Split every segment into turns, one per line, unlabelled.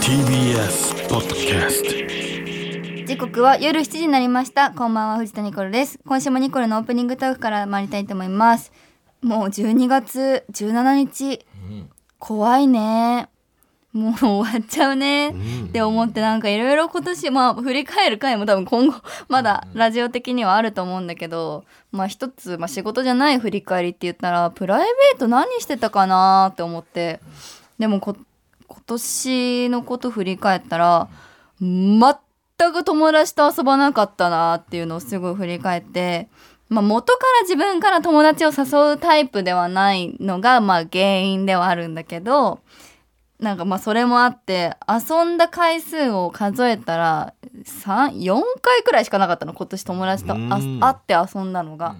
TBS ポッドキャスト
時刻は夜7時になりましたこんばんは藤田ニコルです今週もニコルのオープニングトークから参りたいと思いますもう12月17日、怖いねもう終わっちゃうねって思ってなんかいろいろ今年まあ振り返る回も多分今後まだラジオ的にはあると思うんだけどまあ一つ、まあ、仕事じゃない振り返りって言ったらプライベート何してたかなって思ってでもこ今年のこと振り返ったら全く友達と遊ばなかったなっていうのをすごい振り返って、まあ、元から自分から友達を誘うタイプではないのが、まあ、原因ではあるんだけどなんかまあそれもあって遊んだ回数を数えたら34回くらいしかなかったの今年友達とあ
うん
会って遊んだのが。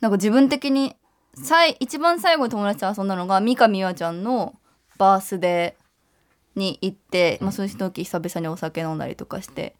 なんか自分的に最一番最後に友達と遊んだのが三上美和ちゃんのバースデーに行って、まあ、その時久々にお酒飲んだりとかして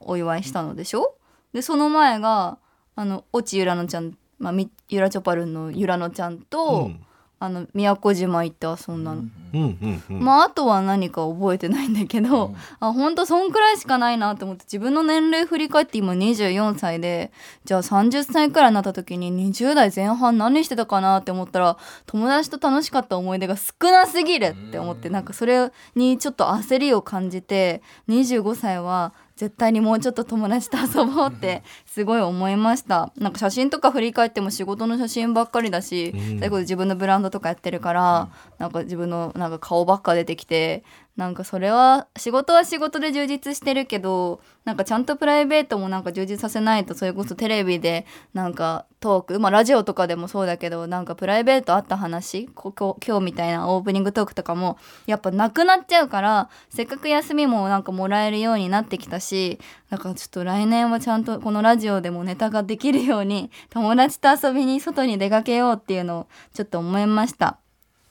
お祝いしたのでしょでその前があの越智ゆらのちゃん、まあ、みゆらチョパルンのゆらのちゃんと、
うん
あの宮古島行って遊んだの。
うんうんうん
まああとは何か覚えてないんだけど、あほんとそんくらいしかないなと思って自分の年齢振り返って今24歳でじゃあ30歳くらいになった時に20代前半何してたかなって思ったら友達と楽しかった思い出が少なすぎるって思ってなんかそれにちょっと焦りを感じて25歳は絶対にもうちょっと友達と遊ぼうってすごい思いましたなんか写真とか振り返っても仕事の写真ばっかりだし、
うん
それこそ自分のブランドとかやってるから、なんか自分のなんか顔ばっか出てきてなんかそれは仕事は仕事で充実してるけどなんかちゃんとプライベートもなんか充実させないとそれこそテレビでなんかトークまあラジオとかでもそうだけどなんかプライベートあった話ここ今日みたいなオープニングトークとかもやっぱなくなっちゃうからせっかく休みもなんかもらえるようになってきたしだからちょっと来年はちゃんとこのラジオでもネタができるように友達と遊びに外に出かけようっていうのをちょっと思いました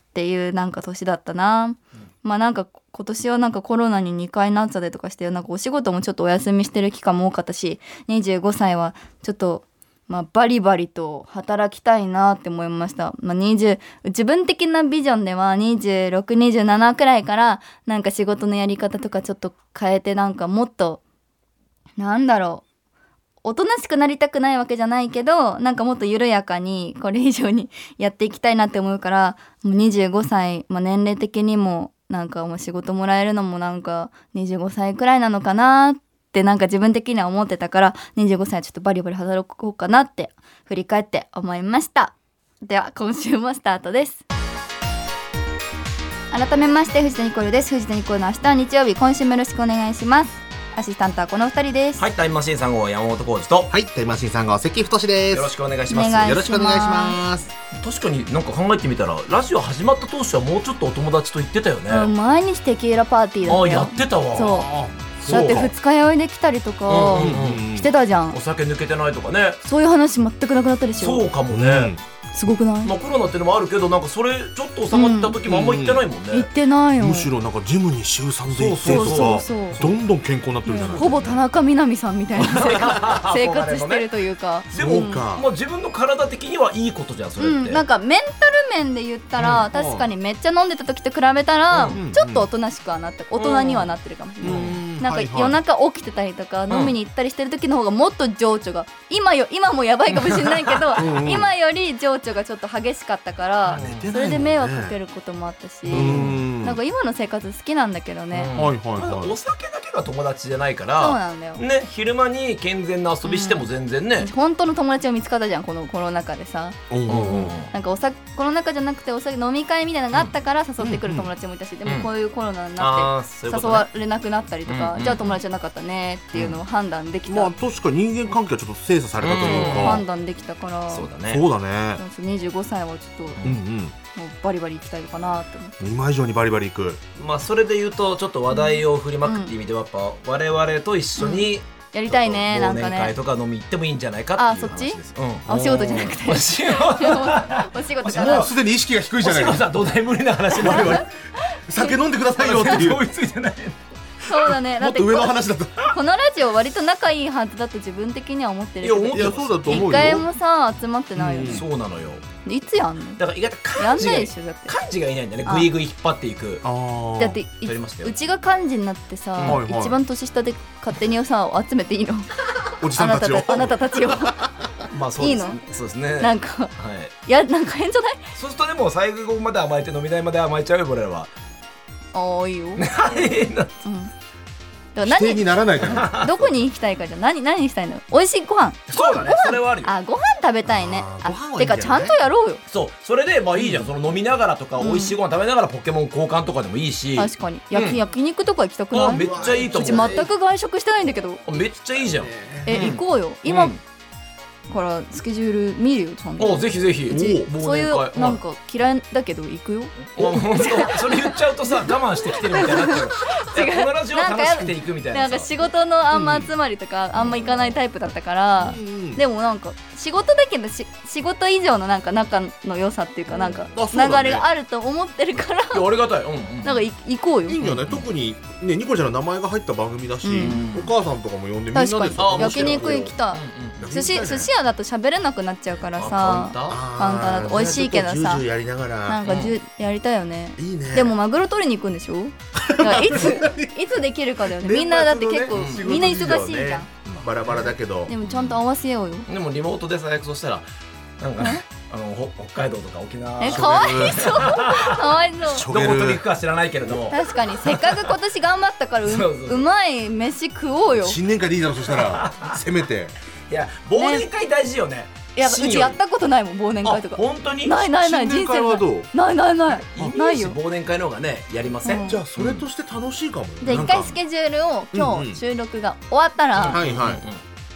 っていうなんか年だったな、まあなんか今年はなんかコロナに2回なったりとかしてなんかお仕事もちょっとお休みしてる期間も多かったし25歳はちょっとまあ、バリバリと働きたいなって思いました、まあ、20自分的なビジョンでは2627くらいからなんか仕事のやり方とかちょっと変えてなんかもっとなんだろうおとなしくなりたくないわけじゃないけどなんかもっと緩やかにこれ以上に やっていきたいなって思うからもう25歳、まあ、年齢的にもなんかもう仕事もらえるのもなんか25歳くらいなのかなってなんか自分的には思ってたから25歳はちょっとバリバリ働こうかなって振り返って思いましたでは今週もスタートです改めまして藤田ニコルです藤田ニコルの明日は日曜日今週もよろしくお願いしますアシスタントはこの二人です、
はい、タイムマシーン3号山本浩二と、
はい、タイムマシーンさんが関太です。
よろしくお願いします。
お願い
よろしくお願いします。
確かになんか考えてみたら、ラジオ始まった当初はもうちょっとお友達と言ってたよね。
うん毎日テキーラパーティーだっ
ああ、
たよ
やってたわ。
そう
そ
だっ
う
て二日酔いで来たりとか
うんうん
してたじゃん、
お酒抜けてないとかね。
そういう話全くなくなったでしょ
そうかもね。
すごくない、
まあコロナってのもあるけど、なんかそれちょっと収まった時もあんま行ってないもんね。
行ってないよ
むしろなんかジムに週3で行って
そ
と
うそう
か
そう
どんどん健康になってるじゃない
ほぼ田中みな実さんみたいな 生活生
憧れ
活
の
し
ね
てるというか、
でも、
そう
か
まあ自分の体的にはいいことじゃん、それ
う
っ
ん、
て。
なんかメンタル面で言ったら、
うん
確かにめっちゃ飲んでた時と比べたら、
うん
ちょっとおとなしくはなって大人にはなってるかもしれない、なんか夜中起きてたりとか
ん
飲みに行ったりしてる時の方がもっと情緒が今よ今もやばいかもしれないけど
うんうん
今より情緒がちょっと激しかったから
寝てないもんね
それで迷惑かけることもあったし
うん
なんか今の生活好きなんだけど
う
ね
ん
はいはい
ただ
はい
お酒だけが友達じゃないか
そう
ら、
なんだよ
ね、昼間に健全な遊びしても全然ね。
本当の友達を見つかったじゃんこのコロナ禍でさ
うんうんうん
なんかおさコロナ禍じゃなくてお酒飲み会みたいなのがあったから誘ってくる友達もいたしで
う
も
ん
こういうコロナにな
ああ、そう
っ
いうこ
て誘
とね
わ。れなくなったりと
うん
か
うん
じゃあ友達じゃなかったねっていうのを判断でき
まあ
た
確か人間関係はちょっと精査されたというか
判断できたから
そうだね。
そうだね
そう25歳はちょっと
うんうん
もうバリバリ行きたいのかなって思って
今以上にバリバリいく
まあそれで言うとちょっと話題を振りまくっていう意味ではやっぱ我々と一緒に
やりたいね
ちょっ
なん
と忘
か
年会
ね
とか飲み行ってもいいんじゃないかっていう
あそっち
話です。うん
あお仕事じゃなくて
お仕事。
お仕事か
もう
ら
すでに意識が低い
お
じゃな
仕
い
事
か。
さん土台無理な話もあるわ。
酒飲んでくださいよっていう。
追いついてない。
そうだね
も
だっ
ってと
こ
上の話だった。
このラジオ割と仲いいはずだって自分的には思ってる
い
け
や
ど
思って
いや
ま
そう
す
だと思うよ
一回もさ集まってないよ
うん
ね
そうなのよ。
でいつやんの
だから意外と
や
漢
ん
字
な
が
い
い
でしょだって
漢字がいないんだね
あ
ぐいぐい引っ張っていく
ああ
だってい
取りましたよ
うちが幹事になってさ、
はいはい
一番年下で勝手にさ集めていいの
おじさ
あ
ん
な
た
た
ちを
たあなたたちを
まあそうです
いい
ねそうですね
なんか
はい
いやなんか変じゃない
そうするとでも最後まで甘えて飲み代まで甘えちゃうよ俺 らは
ああいいよ、うん、だか
はいな
ら
否定
何
にならないから。
どこに行きたいかじゃん何何したいの美味しいご飯
そ うだねそれはあるよ
あご飯食べたいね
あー
あ
ご飯はいい
て
んじゃな
か
い
ちゃんとやろうよ
そうそれでまあいいじゃん、その飲みながらとか、
うん
美味しいご飯食べながらポケモン交換とかでもいいし
確かに焼き、
うん
焼肉とか行きたく
あ
な
め
い
っちゃいいと
う
思
ち
う
全く外食してないんだけど
あめっちゃいいじゃん
え、
うん
行こうよ今、
うん
からスケジュール見るよちゃん
お
と
ぜひぜひ
お
そういうなん
か
か嫌いだけど行くよ
それ言っちゃうとさ我慢してきてるみたいに なっちゃういやこのラジオは楽しくていくみたい
な
なん
か
さ
仕事のあんま集まりとか、あんま行かないタイプだったから、でもなんか仕事だけどし仕事以上のなんか仲の良さっていうかなんか
あそう
流
だね
れがあると思ってるから、
いやありがたいうんうん
なんかい行こうよ
いいんじゃない特にねニコちゃんの名前が入った番組だし、
うん
お母さんとかも呼んでみんなで
確
さ
か
あ
に
面
焼
白い
肉行きたい
うん
寿司
行きたい
寿
ね
司屋だと喋れなくなっちゃうから
あ
さ
あ
簡単だと美味しいけどさ
ジュージューやりなが
な
ら
んかじゅ、やりたいよね
いいね
でもマグロ取りに行くんでしょだからいついつできるか だよねみんなだって結構、
年末のね
みんな忙しいじゃん、
バラバラだけど
でもちゃんと合わせようよ
でもリモートで最悪そうしたらなんかあのほ北海道とか沖縄
え
ど
かわい そうかわいそう
ょ
こ飛び行くか知らないけれども
確かにせっかく今年頑張ったからう
そうそう
うまい飯食おうよ
新年会でいいだろ、そしたら。せめて。
いや忘年会大事よね
いやう
深夜
ちやったことないもん忘年
あ
会とか
本当に
ないないない
新
人
年会は
生
どう
ないないないないないよ
忘年会の方がねやりませ
うんん
じゃあそれとして楽しいかも
じゃあ
な
一
んか
回スケジュールを今
うんう
日
ん
収録が終わったら、
はいはい。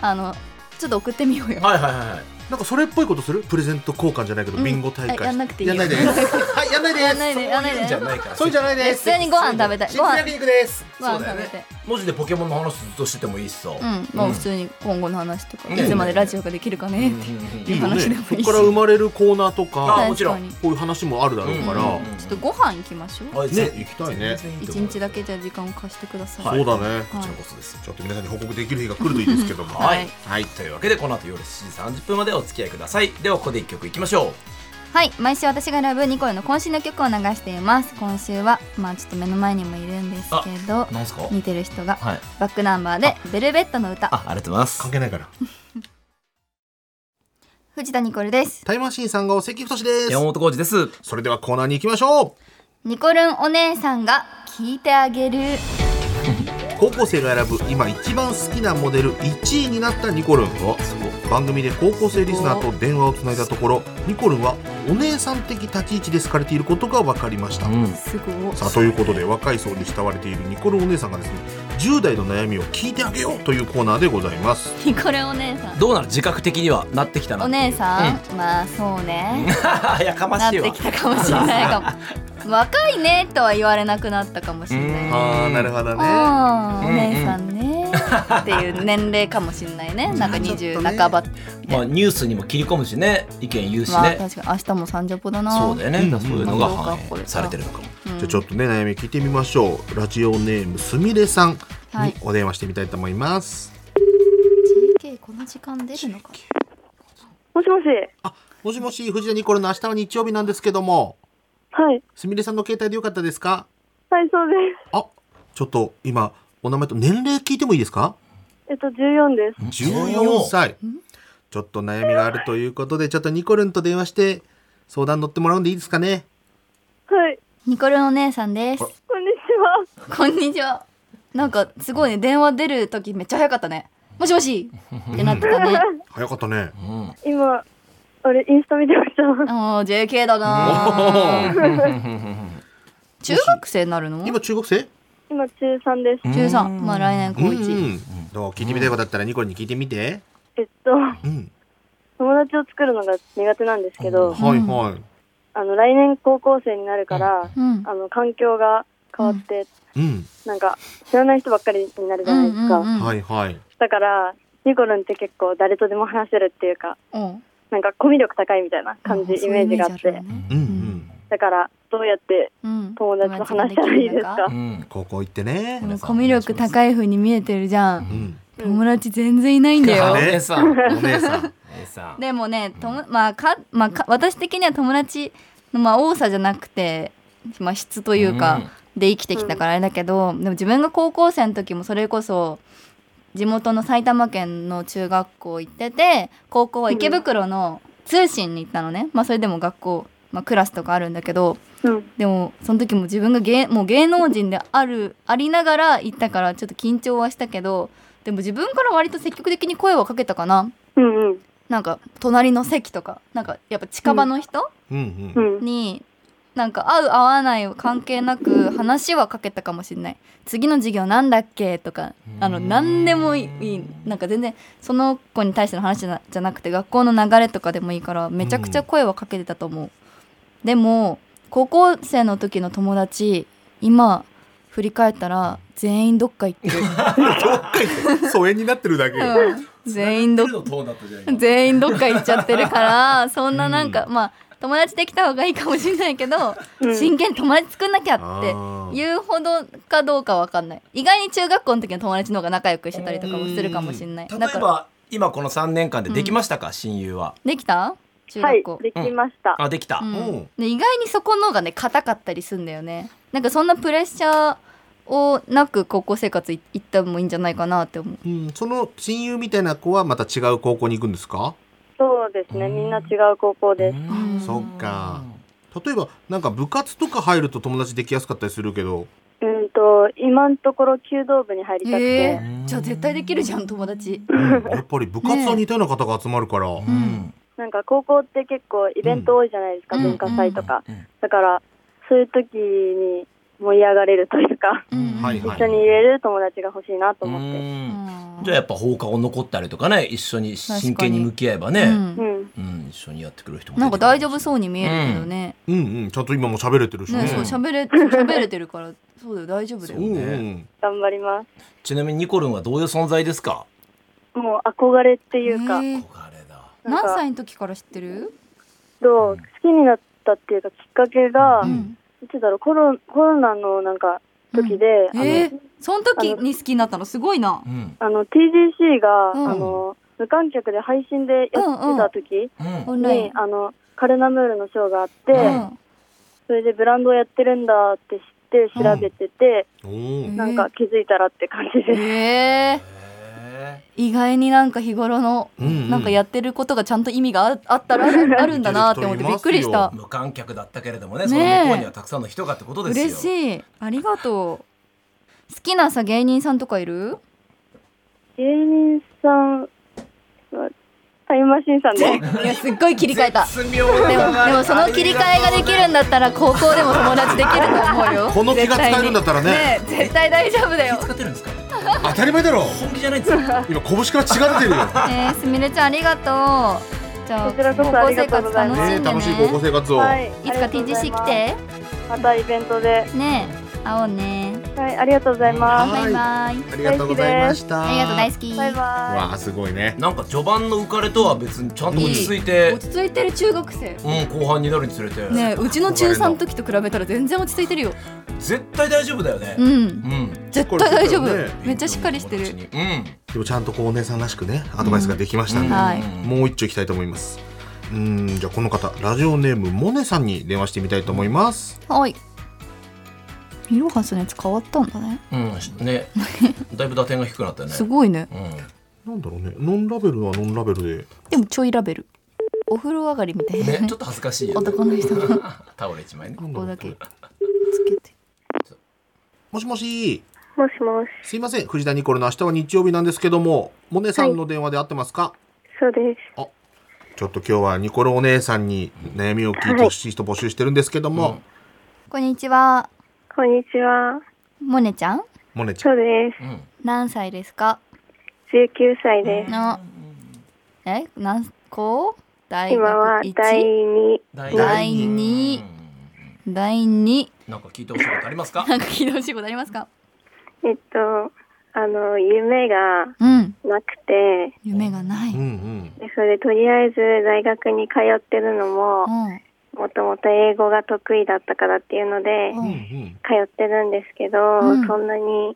あのちょっと送ってみようよ
はいはいはいはい
なんかそれっぽいことするプレゼント交換じゃないけど、
うん
ビンゴ大
あや
会
んなくていい
や
よ
んないで。 はい、やんない
やん
で
ないでやんない
そういうんじゃ
で
ないから
す。そういうんじゃないで
普
す。
通にご飯食べたい
新
ご
鮮
飯
焼肉です。
ご飯
そうだよ
食
ね
べて
文字でポケモンの話ずっとしててもいいしさ、
うん、まあ普通に今後の話とか、
うん
いつまでラジオができるかねっ
うんうんうん
ていう話でも
こ
いい
こ
し、
から生まれるコーナーと
あ
か
も
確
ちろ
か
ん
に
こういう話もあるだろうから、
うんうん
ちょっとご飯行きましょう
あいつ
ね行きたいね
全然いいと
一
思う
日だけじゃ時間を貸してください
そうだね、
はい
こちらこそです
ちょっと皆さんに報告できる日が来るといいですけども
はい、
はい
はい
というわけでこの後夜7時30分までお付き合いくださいではここで一曲いきましょ
はい毎週私が選ぶニコルの渾身の曲を流しています今週はまあちょっと目の前にもいるんですけど
うなんすか
似てる人が
はい
バックナンバーで「ベルベットの歌
あありがとうございます
関係ないから」
藤田ニコルです
タイムマシーンさんが関太です。
山本浩二です
それではコーナーに行きましょ
ニコルンお姉さんが聞いてあげる
う高校生が選ぶ今一番好きなモデル1位になったニコルン番組で高校生リスナーと電話をつないだところニコルンはお姉さん的立ち位置で好かれていることが分かりました、
ん
すごい
さあということで若い層に慕われているニコルンお姉さんがですね10代の悩みを聞いてあげようというコーナーでございます
ニコルンお姉さん
どうなの自覚的にはなってきたな
お姉さん、まあそうね
んやかま
なっ
し
て
いわ
きたかもしれないか も若いねとは言われなくなったかもしれない
うんあーなる
ほど
あー
う
お
ん
姉さんねっていう年齢かもしれない ねなんか20半ば
まあニュースにも切り込むしね意見言うし
まあ
ね
確かに明日も三十歩だな
そうだよねだからそういうのが
そうか
反
これ
映されてるのかも
うん
じゃあちょっとね悩み聞いてみましょうラジオネームすみれさん
は
に
い
お電話してみたいと思います、
JK この時間出るのか
もしもし。
あもしもし藤田ニコルの明日は日曜日なんですけども
はい。
すみれさんの携帯でよかったですか
はい、そうで
あちょっと今お名前と年齢聞いてもいいですか
す。えっと、14です。
14歳ちょっと悩みがあるということでちょっとニコルンと電話して相談乗ってもらうんでいいですかね
はい。
ニコルンお姉さんです
こんにちは。
こんにちはなんかすごいね電話出る時めっちゃ早かったねもしもしってなってた ね
早かったね
うん
今、俺、インスタ見てました。
ああ JK だなー中学生になるの
今中学生
今、中3です。
中三まあ来年高
うんう
一
んどう聞いてみたいことあったらニコルに聞いてみて
えっと、
うん
友達を作るのが苦手なんですけど、
はいはい
あの、来年高校生になるから、
うん
あの、環境が変わって、
うん
なんか、知らない人ばっかりになるじゃないです
うんうん
か。
うん
はいはい
だから、ニコルンって結構誰とでも話せるっていうか、
うん
なんかコミュ力高いみたいな感じ、
うんそ
イ
うい
メ
う
ージがあっ
るよ
て。
ね
うんうん
だから、どうやって
うん
友達と話したらいいですか
うん
高校行ってね
でもコミュ力高い風に見えてるじゃ
うんん
友達全然いないんだ
あ
よ
お姉さん
お姉さん
デスさん
でもね、ともまあかまあ、か私的には友達の、まあ、多さじゃなくて、まあ、質というか、で生きてきたからあれだけど、でも自分が高校生の時もそれこそ地元の埼玉県の中学校行ってて高校は池袋の通信に行ったのね、まあ、それでも学校、まあ、クラスとかあるんだけど
うん。
でもその時も自分が芸もう芸能人であるありながら行ったからちょっと緊張はしたけどでも自分から割と積極的に声はかけたかな。
うんうん。
なんか隣の席とかなんかやっぱ近場の人
うん
う
うん。
ん。
に、なんか合う合わない関係なく話はかけたかもしれない次の授業なんだっけとかあの
うん
何でもいいなんか全然その子に対しての話じゃなじゃなくて学校の流れとかでもいいからめちゃくちゃ声はかけてたと思う、でも高校生の時の友達今振り返ったら全員どっか行っ てる、
疎遠になってるだけ。
うん全員どっ
のトーンだったじゃん今
全員どっか行っちゃってるからそんななんか、まあ友達できた方がいいかもしれないけど、
うん
真剣に友達作んなきゃっ
あ
て
ー
言うほどかどうかわかんない意外に中学校の時の友達の方が仲良くしてたりとかもするかもしれない
例
だ
え
から
ば今この3年間でできましたか、親友は
できた中
はい
学校、、
できました。
あできた、
お
うん
う、
で意外にそこの方がね硬かったりすんだよねなんかそんなプレッシャーをなく高校生活い行ったのもいいんじゃないかなって思う
うん、その親友みたいな子はまた違う高校に行くんですか
そうですね。みんな違う高校です。
うん
そっか例えばなんか部活とか入ると友達できやすかったりするけ ど
うんと、今のところ弓道部に入りた
え
くて、
ー、じゃあ絶対できるじゃん友達
やっぱり部活は似たような方が集まるから、
うん
なんか高校って結構イベント多いじゃないですか、
うん
文化祭とか
うんうん。
だから、そういう時に盛り上がれるというか、
うん
はいはい
一緒に入れる友達が欲しいなと思って。
うん
じゃあやっぱ放課後残ったりとかね一緒に真剣に向き合えばね、
う
うん
ん
うん。
一緒にやってくれる人も
なんか大丈夫そううに見えるけどね。
うんうんちゃんと今も喋れてるしね
ね、そう喋れ喋れてるから、そうだよ大丈夫だ
うん
よ。
う
そうん
頑張りま
ちなみにニコルンはどういう存在ですか
す。もう憧れっていうか、
へえ
憧れだ
なん
何
か
歳の時から知ってる？
どう好きになったっていうかきっかけが、
ん
いつだろうコロコロナのなんか時で、あの
えー、その時に好きになったのすごいな
う。ん
あの TGC が、
うん
あの無観客で配信でやってた時
うん
オ
に、
ンライン。
あのカルナムールのショーがあって、
うん
それでブランドをやってるんだって知って調べてて、
おー
なんか気づいたらって感じ
え
です。
ー意外になんか日頃の
うんうん
なんかやってることがちゃんと意味がああ ったらあるんだなって思ってびっくり した。
無観客だったけれどもね
ねえ
その向こうにはたくさんの人がってことですよ
嬉しい。ありがとう。好きなさ芸人さんとかいる？
芸人さんはタイムマシーンさんで
いやすっごい切り替えた。
絶妙な
でもでもその切り替えができるんだったら高校でも友達できると思うよ
この気が使えるんだったらね
絶対にね絶対大丈夫だよ
使ってるんですか
当たり前だろ
本気じゃないんですか
今拳から血が出てるよ
えー、すみれちゃんありがとうじゃあ
こちら
高
こそあ
校
りが
生
とうご
活
ざい
楽
ます
し
ね
んで
楽しい高校
ね
生活を、
はい、
いつか TGC 来て
またイベントで
ね会おうね
はいありがとうございます
は
バ
い
イバイ
ありがとうございました
ありがとう大好き
バイバイ
わあすごいね
なんか序盤の浮かれとは別にちゃんと落ち着いて
落ち着いてる中学生
うん後半になるにつれて
ねうちの中3の時と比べたら全然落ち着いてるよ
絶対大丈夫だよね
うん
うん
絶対大丈夫
これね
めっちゃしっかりしてる
うん
でもちゃんとこうお姉さんらしくねアドバイスができましたんで、
はい
も
もう一丁いきたいと思いますうんじゃあこの方ラジオネームモネさんに電話してみたいと思います
はいいろはすのやつ変わったんだね
う、うん、ね、だいぶ打点が低くなったよね
す。ごいね
う
なんだろうねノンラベルはノンラベルで
でもちょいラベルお風呂上がりみたい
ん、
な、
ね、ちょっと恥ずかしいよ、ね。
男の人のこ
タオル一枚ね。
こだけつけて
もしもし
もしもし、
すいません藤田ニコルの明日は日曜日なんですけどもモネさんの電話で合ってますか、
そうです。
ちょっと今日はニコルお姉さんに悩みを聞いてほしい人募集してるんですけども、
こんにちは
こんにちは。
モネちゃん
モネちゃん
そうです。
うん。
何歳ですか
19歳です。
のえ何高大
今は
学一
第二。
第
第二第二
なんか聞いてほしいことありますか？
なんか聞いてほしいことありますか
えっと、あの、夢が
うん
なくて、
夢がない、
う
うんん
でそれでとりあえず大学に通ってるのも、もともと英語が得意だったからっていうので、
うんうんうん
通ってるんですけど、
うん
そんなに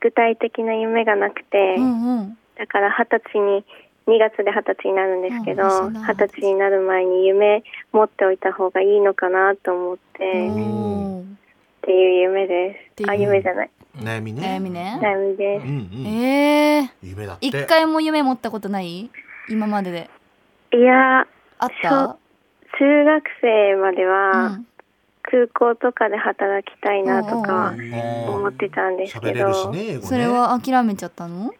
具体的な夢がなくて、
うんうん
だから二十歳に2月で二十歳になるんですけ
うん
ど、
そうだ
二十歳になる前に夢持っておいた方がいいのかなと思って、っ
おー
ていう夢で
って
す。あ、
いう
夢じゃない。
悩みね
悩みね。
悩みで
う
す。
んうん
えー、
夢だって
一回も夢持ったことない今までで。
いやー、
あった
中学生までは
ん、
空港とかで働きたいなとか
喋
思ってたんですけ
れるし
ど、
ね英語ね
それは諦めちゃったの、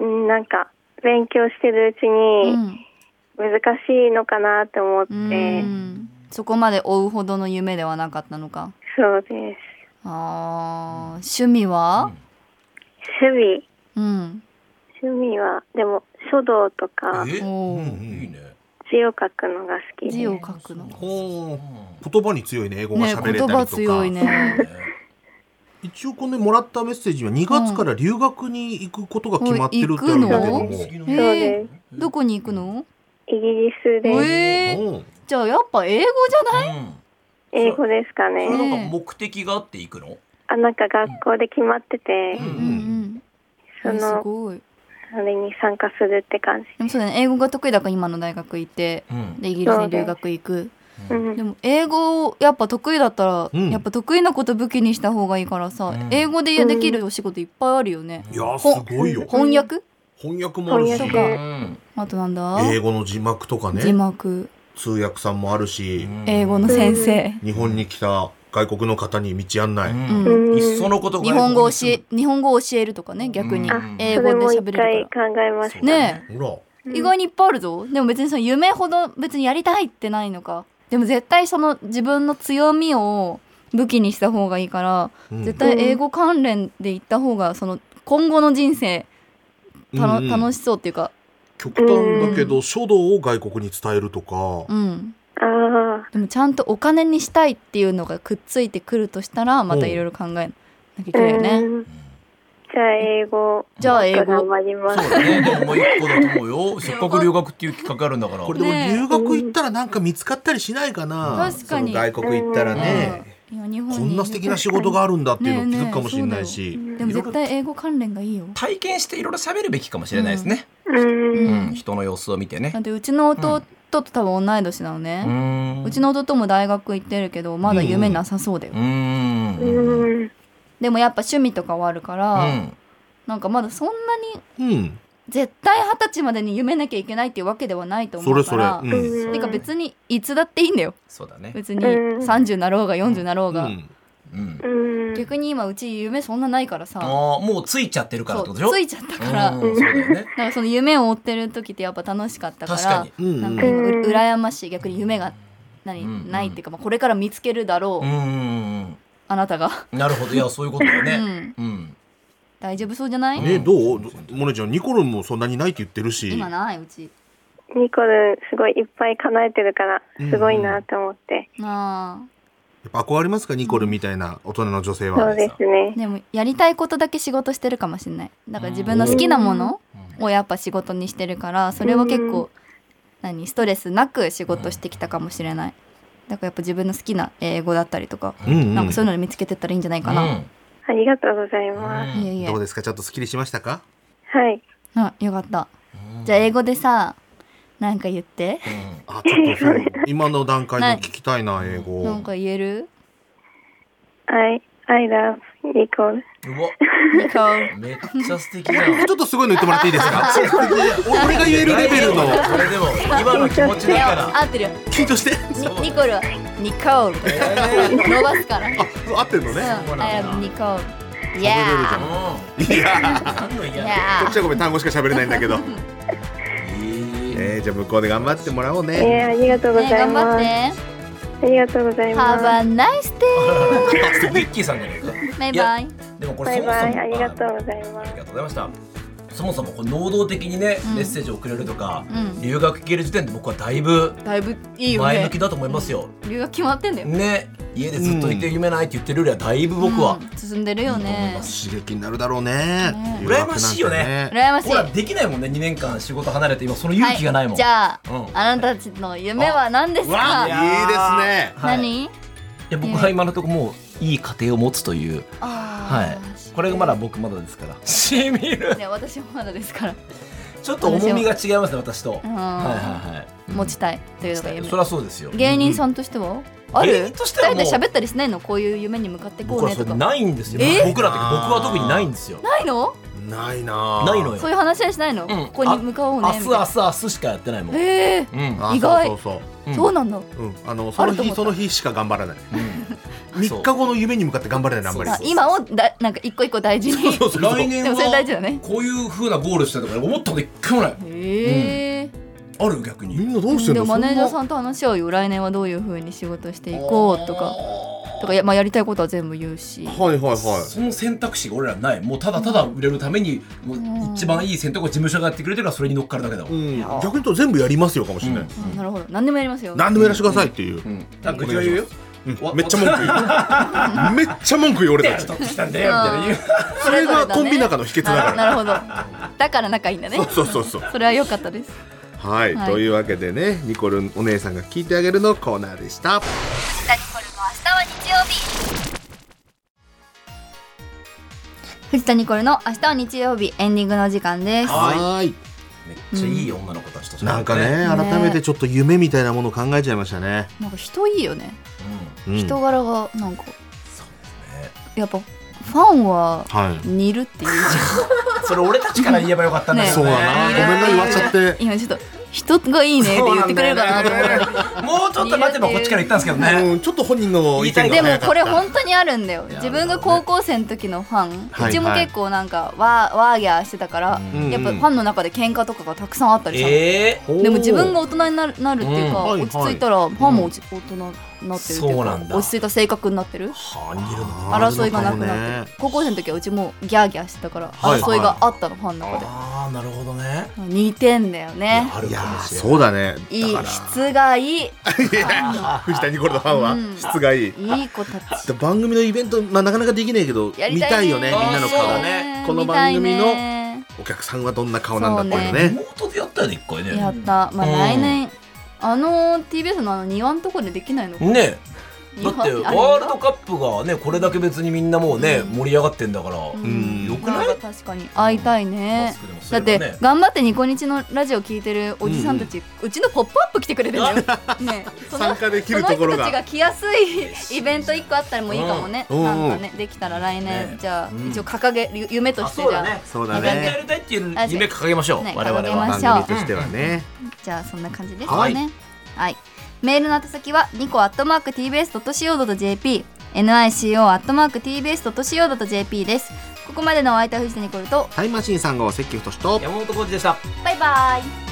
うんなんか勉強してるうち
う
に
ん、
難しいのかなと思っ
う
て、
んそこまで追うほどの夢ではなかったのか
そうで
あー趣味は、
す。趣味、
うん
趣味は、でも書道とか
え
おー
いいね。
字を書くのが好き
字を
で
書くの
ほ
うん
う言葉に強いね英語が
ね
喋れたりと
言
か、
葉強いね
一応このねもらったメッセージは2月から留学に行くことが決まってるってあるんだけども、
うん
う
え
す。そうで
ー、どこに行くの
す。イギリスで
えー、
ん
じゃあやっぱ英語じゃない
うん
英語ですか
それ
ね。
なんか目的があって行くの？
あ、なんか学校で決まってて
う、
うんんう
そ
んえす
の、
ごい
あれに参加するって感じ。
でもそうだね英語が得意だから今の大学行って
うん
でイギリスに留学行く
うん
で。も英語をやっぱ得意だったら、
うん
やっぱ得意なこと武器にした方がいいからさ、
うん
英語でできるお仕事いっぱいあるよね、
いやーすごいよ
翻訳
翻訳もあるし
翻
う
訳
ん
あとなんだ、
英語の字幕とか
字
ね
幕
通訳さんもあるし、
英語の先生、
日本に来た外国の方に道案内、
うん
うん
うん
いっそのこと
日本語教
外
え日本語教えるとかね逆に、
うん
あ
英
そ
語
れ
で
も
喋
一
れるか
回考えま
国
し
に
た
住ん。でる
ね
ほら
う
ら
ん
意外にいっぱいあるぞでも別にその夢ほど別にやりたいってないのかでも絶対その自分の強みを武器にした方がいいから、
うん
絶対英語関連で行った方がその今後の人生たの、
うんうん
楽しそうっていうか
極端だけど、書道を外国に伝えるとか、
うん
ああ、
でもちゃんとお金にしたいっていうのがくっついてくるとしたらまたいろいろ考えなきゃいけないよね。
うんじゃあ英語。
じゃあ英語
頑張りま
そ
す
う。だね。でももう一個だと思うよ。せっかく留学っていう企画あるんだから。
これでも
ねえ
留学行ったらなんか見つかったりしないかな、
確かに
その外国行ったらね、
いや日本に
こんな素敵な仕事があるんだっていうの気づくかもしれないし、
でも絶対英語関連がいいよ。
体験していろいろ喋るべきかもしれないですね。
うん。
うんん、人の様子を見てね
だ。ってうちの弟と多分同い年なのね、う
う
ちの弟も大学行ってるけどまだ夢なさそうだよ、
うーん。うん。
うん。
でもやっぱ趣味とかはあるから、なんかまだそんなに
うん、
絶対二十歳までに夢なきゃいけないっていうわけではないと思
そうれ
か
それ、
ら
うん
うん
てか別にいつだっていいんだよ
そうだね。
別に
うん
30なろうが40なろう
う
が、
ん
うん。
うん。
逆に今うち夢そんなないからさ
ああ、もうついちゃってるからって
そう
ことでしょ
ついちゃったから、
うん
だ
そうだよ ね。
からその夢を追ってる時ってやっぱ楽しかったから
確かに。
うん
なん
う
か
ん
今う羨ましい逆に夢が何、
うん
ないっていうか、まあ、これから見つけるだろう、
うんうん
あなたが、
うん。なるほど。いや、そういうことだよ
う
ね。
ん、
うん。
大丈夫そうじゃない、
ねどうモネちゃんニコルンもそんなにないって言ってるし
今ないうち
ニコルンすごいいっぱい叶えてるから
うん
すごいなと思って、
なあ
やっぱ憧れますかニコルンみたいな大人の女性は
そうですね
でもやりたいことだけ仕事してるかもしれないだから自分の好きなものをやっぱ仕事にしてるからそれは結構何ストレスなく仕事してきたかもしれないだからやっぱ自分の好きな英語だったりとか
うんうん
なんかそういうの見つけてったらいいんじゃないか
う
な、
ん
ありがとうございます、
いやいや
どうですかちょっとスッキリしましたか
はい
あよかったじゃあ英語でさなんか言って
うん
あちょ っとそう今の段階で聞きたいな英語
なんか言える
I, I love ニコル
うわ、
ニコル
めっちゃ素敵だよ。
ちょっとすごいの言ってもらっていいです かお俺が言えるレベルの
それでも今の気持ち
い
だ
や
から。
合ってるよ
緊張して
そう
にニコルはニコル伸ばすから
あ合ってるのね
うん I am ニコル Yeah
いやー
何の嫌だ。
こっ
Yeah
ちはごめん単語しか喋れないんだけ ど
え
えーじゃあ向こうで頑張ってもらおう
え
ね
ー、ありがとうご
ね
ざい
頑張
ま
っ
す、
て
ありがとうございます
Have a nice day
ーミッキーさんじゃないか。
バイ
いや
バイ
でもこ
バ
れそ
イ
もそも
バイありがとうござい
あ
ま
り
す
がとうございました。そもそもこう能動的にね、
うん
メッセージをくれるとか、
うん
留学行ける時点で僕はだいぶ
だいぶいいよ
前
ね
向きだと思いますよ。
留学決まってんだよ
ね、家でずっといて夢ないって言ってるよりはだいぶ僕は、
うん進んでるよ
いいと思い
ね
ま
刺激になるだろうね
ね
留学なん
羨
て
ましいよね
羨ましい
ほらできないもんね、2年間仕事離れて今その勇気がないもん。
はじゃあ
うん
あなたたちの夢は何です
わ
か
いやいいですね
はい
何
いや僕は今のところもういい家庭を持つという、
あ
は
ー
い、これがまだ僕まだですから。しみる。
ね私もまだですから
ちょっと重みが違いますね私と、
う
は
ん
いはいはい
持ちたいというのが夢
そりゃそうですよ
芸人さんとしては、あ
芸
る
人としてはもう
二人で喋ったりしないのこういう夢に向かってこ
僕
う
ら
ね
そ
と
れ
か
ないんですよ
え
僕らっていうか僕は特にないんですよ
ないの
ないなぁ
ないのよ
そういう話はしないの、
ん
ここに向かおうね
明
みたい
日
な
明日明日しかやってないもん
ええ
うん
あー
意外
そうそう
うん
そうなんだ、
そう、うん、あのそ
あ
の
ると
日
思った
その日しか頑張らない
そう
3日後の夢に向かって頑張れないあんまり
あ今をだなんか一個一個大事に
そうそうそう
来年
でもそれ大事
は
だね
こういう風なゴールしたとか思ったこと一回もない
へえ
ある逆に
みんなどうしてん
で
の
もマネージャー
ん
さんと話し合うよ来年はどういうふうに仕事していこうとかとかや,、まあ、やりたいことは全部言うし
なはいはいはい
その選択肢が俺らないもうただただ売れるためにもう一番いい選択を事務所がやってくれてるからそれに乗っかるだけだもん、
う
うん
や
逆に言うと全部やりますよかもしれない、
あなるほど何でもやりますよ
何でもやらせてくださいっていう、
ん
あ愚痴は言うよ
うんめっちゃ文句言うめっちゃ文句言う俺たち
取ってきたんだよみたいな言う
そ
それがコンビ仲の秘訣だ
な
から
なるほどだから仲いいんだね
そうそうそうそう
それは良かったです
はい、
はい
というわけでねニコルンお姉さんが聞いてあげるのコーナーでした
藤田ニコルの明日は日曜日エンディングの時間です
はい
めっちゃいい女の子たちと喋って
なんかね、改めてちょっと夢みたいなものを考えちゃいましたね、
なんか人いいよね
う
うん
人柄がなんか
ね
やっぱファンは
はい
似るっていうじ
それ俺たちから言えばよかったんだけ
ね
ど
そう
ね
だなごめんな言わしちゃって
ゃん今ちょっと人がいいねって言ってくれるかなと思った
そうなんだよねもうちょっと待てばこっちから言ったんですけどね
うん、ちょっと本人の意見が
でも
早か
こ
っ
れ
た
本当にあるんだよ自分が高校生の時のファ
は
ン、
いはいう
ちも結構なんかわーわーギャーしてたから、
ん
やっぱファンの中で喧嘩とかがたくさんあったりしたの、
えー
でも自分が大人になるなるっていうか、
うんはい
落ち着いたらファンも落ち大人になってるってい
そうう
か、
なんだ
落ち着いた性格になってる
はあ似てるの
あー
争いがなくなってる高校生の時はうちもギャーギャーしてたから
はい
争いがあったの、ファンの中で
ああなるほどね
似てんだよね
あ
いやー
う
そうだね
いい質がいい
藤田ニコルのファンは
うん
質がいい
いい子たち
で番組のイベント、まあ、なかなかできないけど
やり
見
た
た
い
い
ね
よねみんなの
あ
顔
ーそうね
この番組の
見たいね
お客さんはどんな顔なんだっていう
リ
ね
モートでやったよね一回ね
やった、まあ、
うん
来年、あの TBS のあの庭のところでできないのか
ねだ
庭
って
あれ
ワールドカップがねこれだけ別にみんなもうね
うん
盛り上がってんだから
う
うんん
よくない
なんか確かに会いたい
マ
ね
スクでもす
だっ
ればね
て頑張ってニコニチのラジオ聞いてるおじさんたち、うちの「ポップアップ来てくれてる よ、ね、その
参加でき
そ
る
の
ところ
人たち
が
が来やすいイベント1個あったらもういいかもね、
うん
なんかねできたら来年、
ね
じゃあ、
うん
一応掲げる夢と
あ
して
そう
じゃ
だ
あ、
ね
そうだ
自分で
ね
やりたいっていう夢掲げましょう
ね
我々
掲げましょう
は
番組としてはね、
じゃあそんな感じです
は
か
い
ね。はい。メールの宛先はニコアットマーク tbs.co.jp nico アットマーク tbs.co.jp です。ここまでのお相手は藤田ニコルと
タイムマシーン3号関太と
山本浩二でした
バイバイ。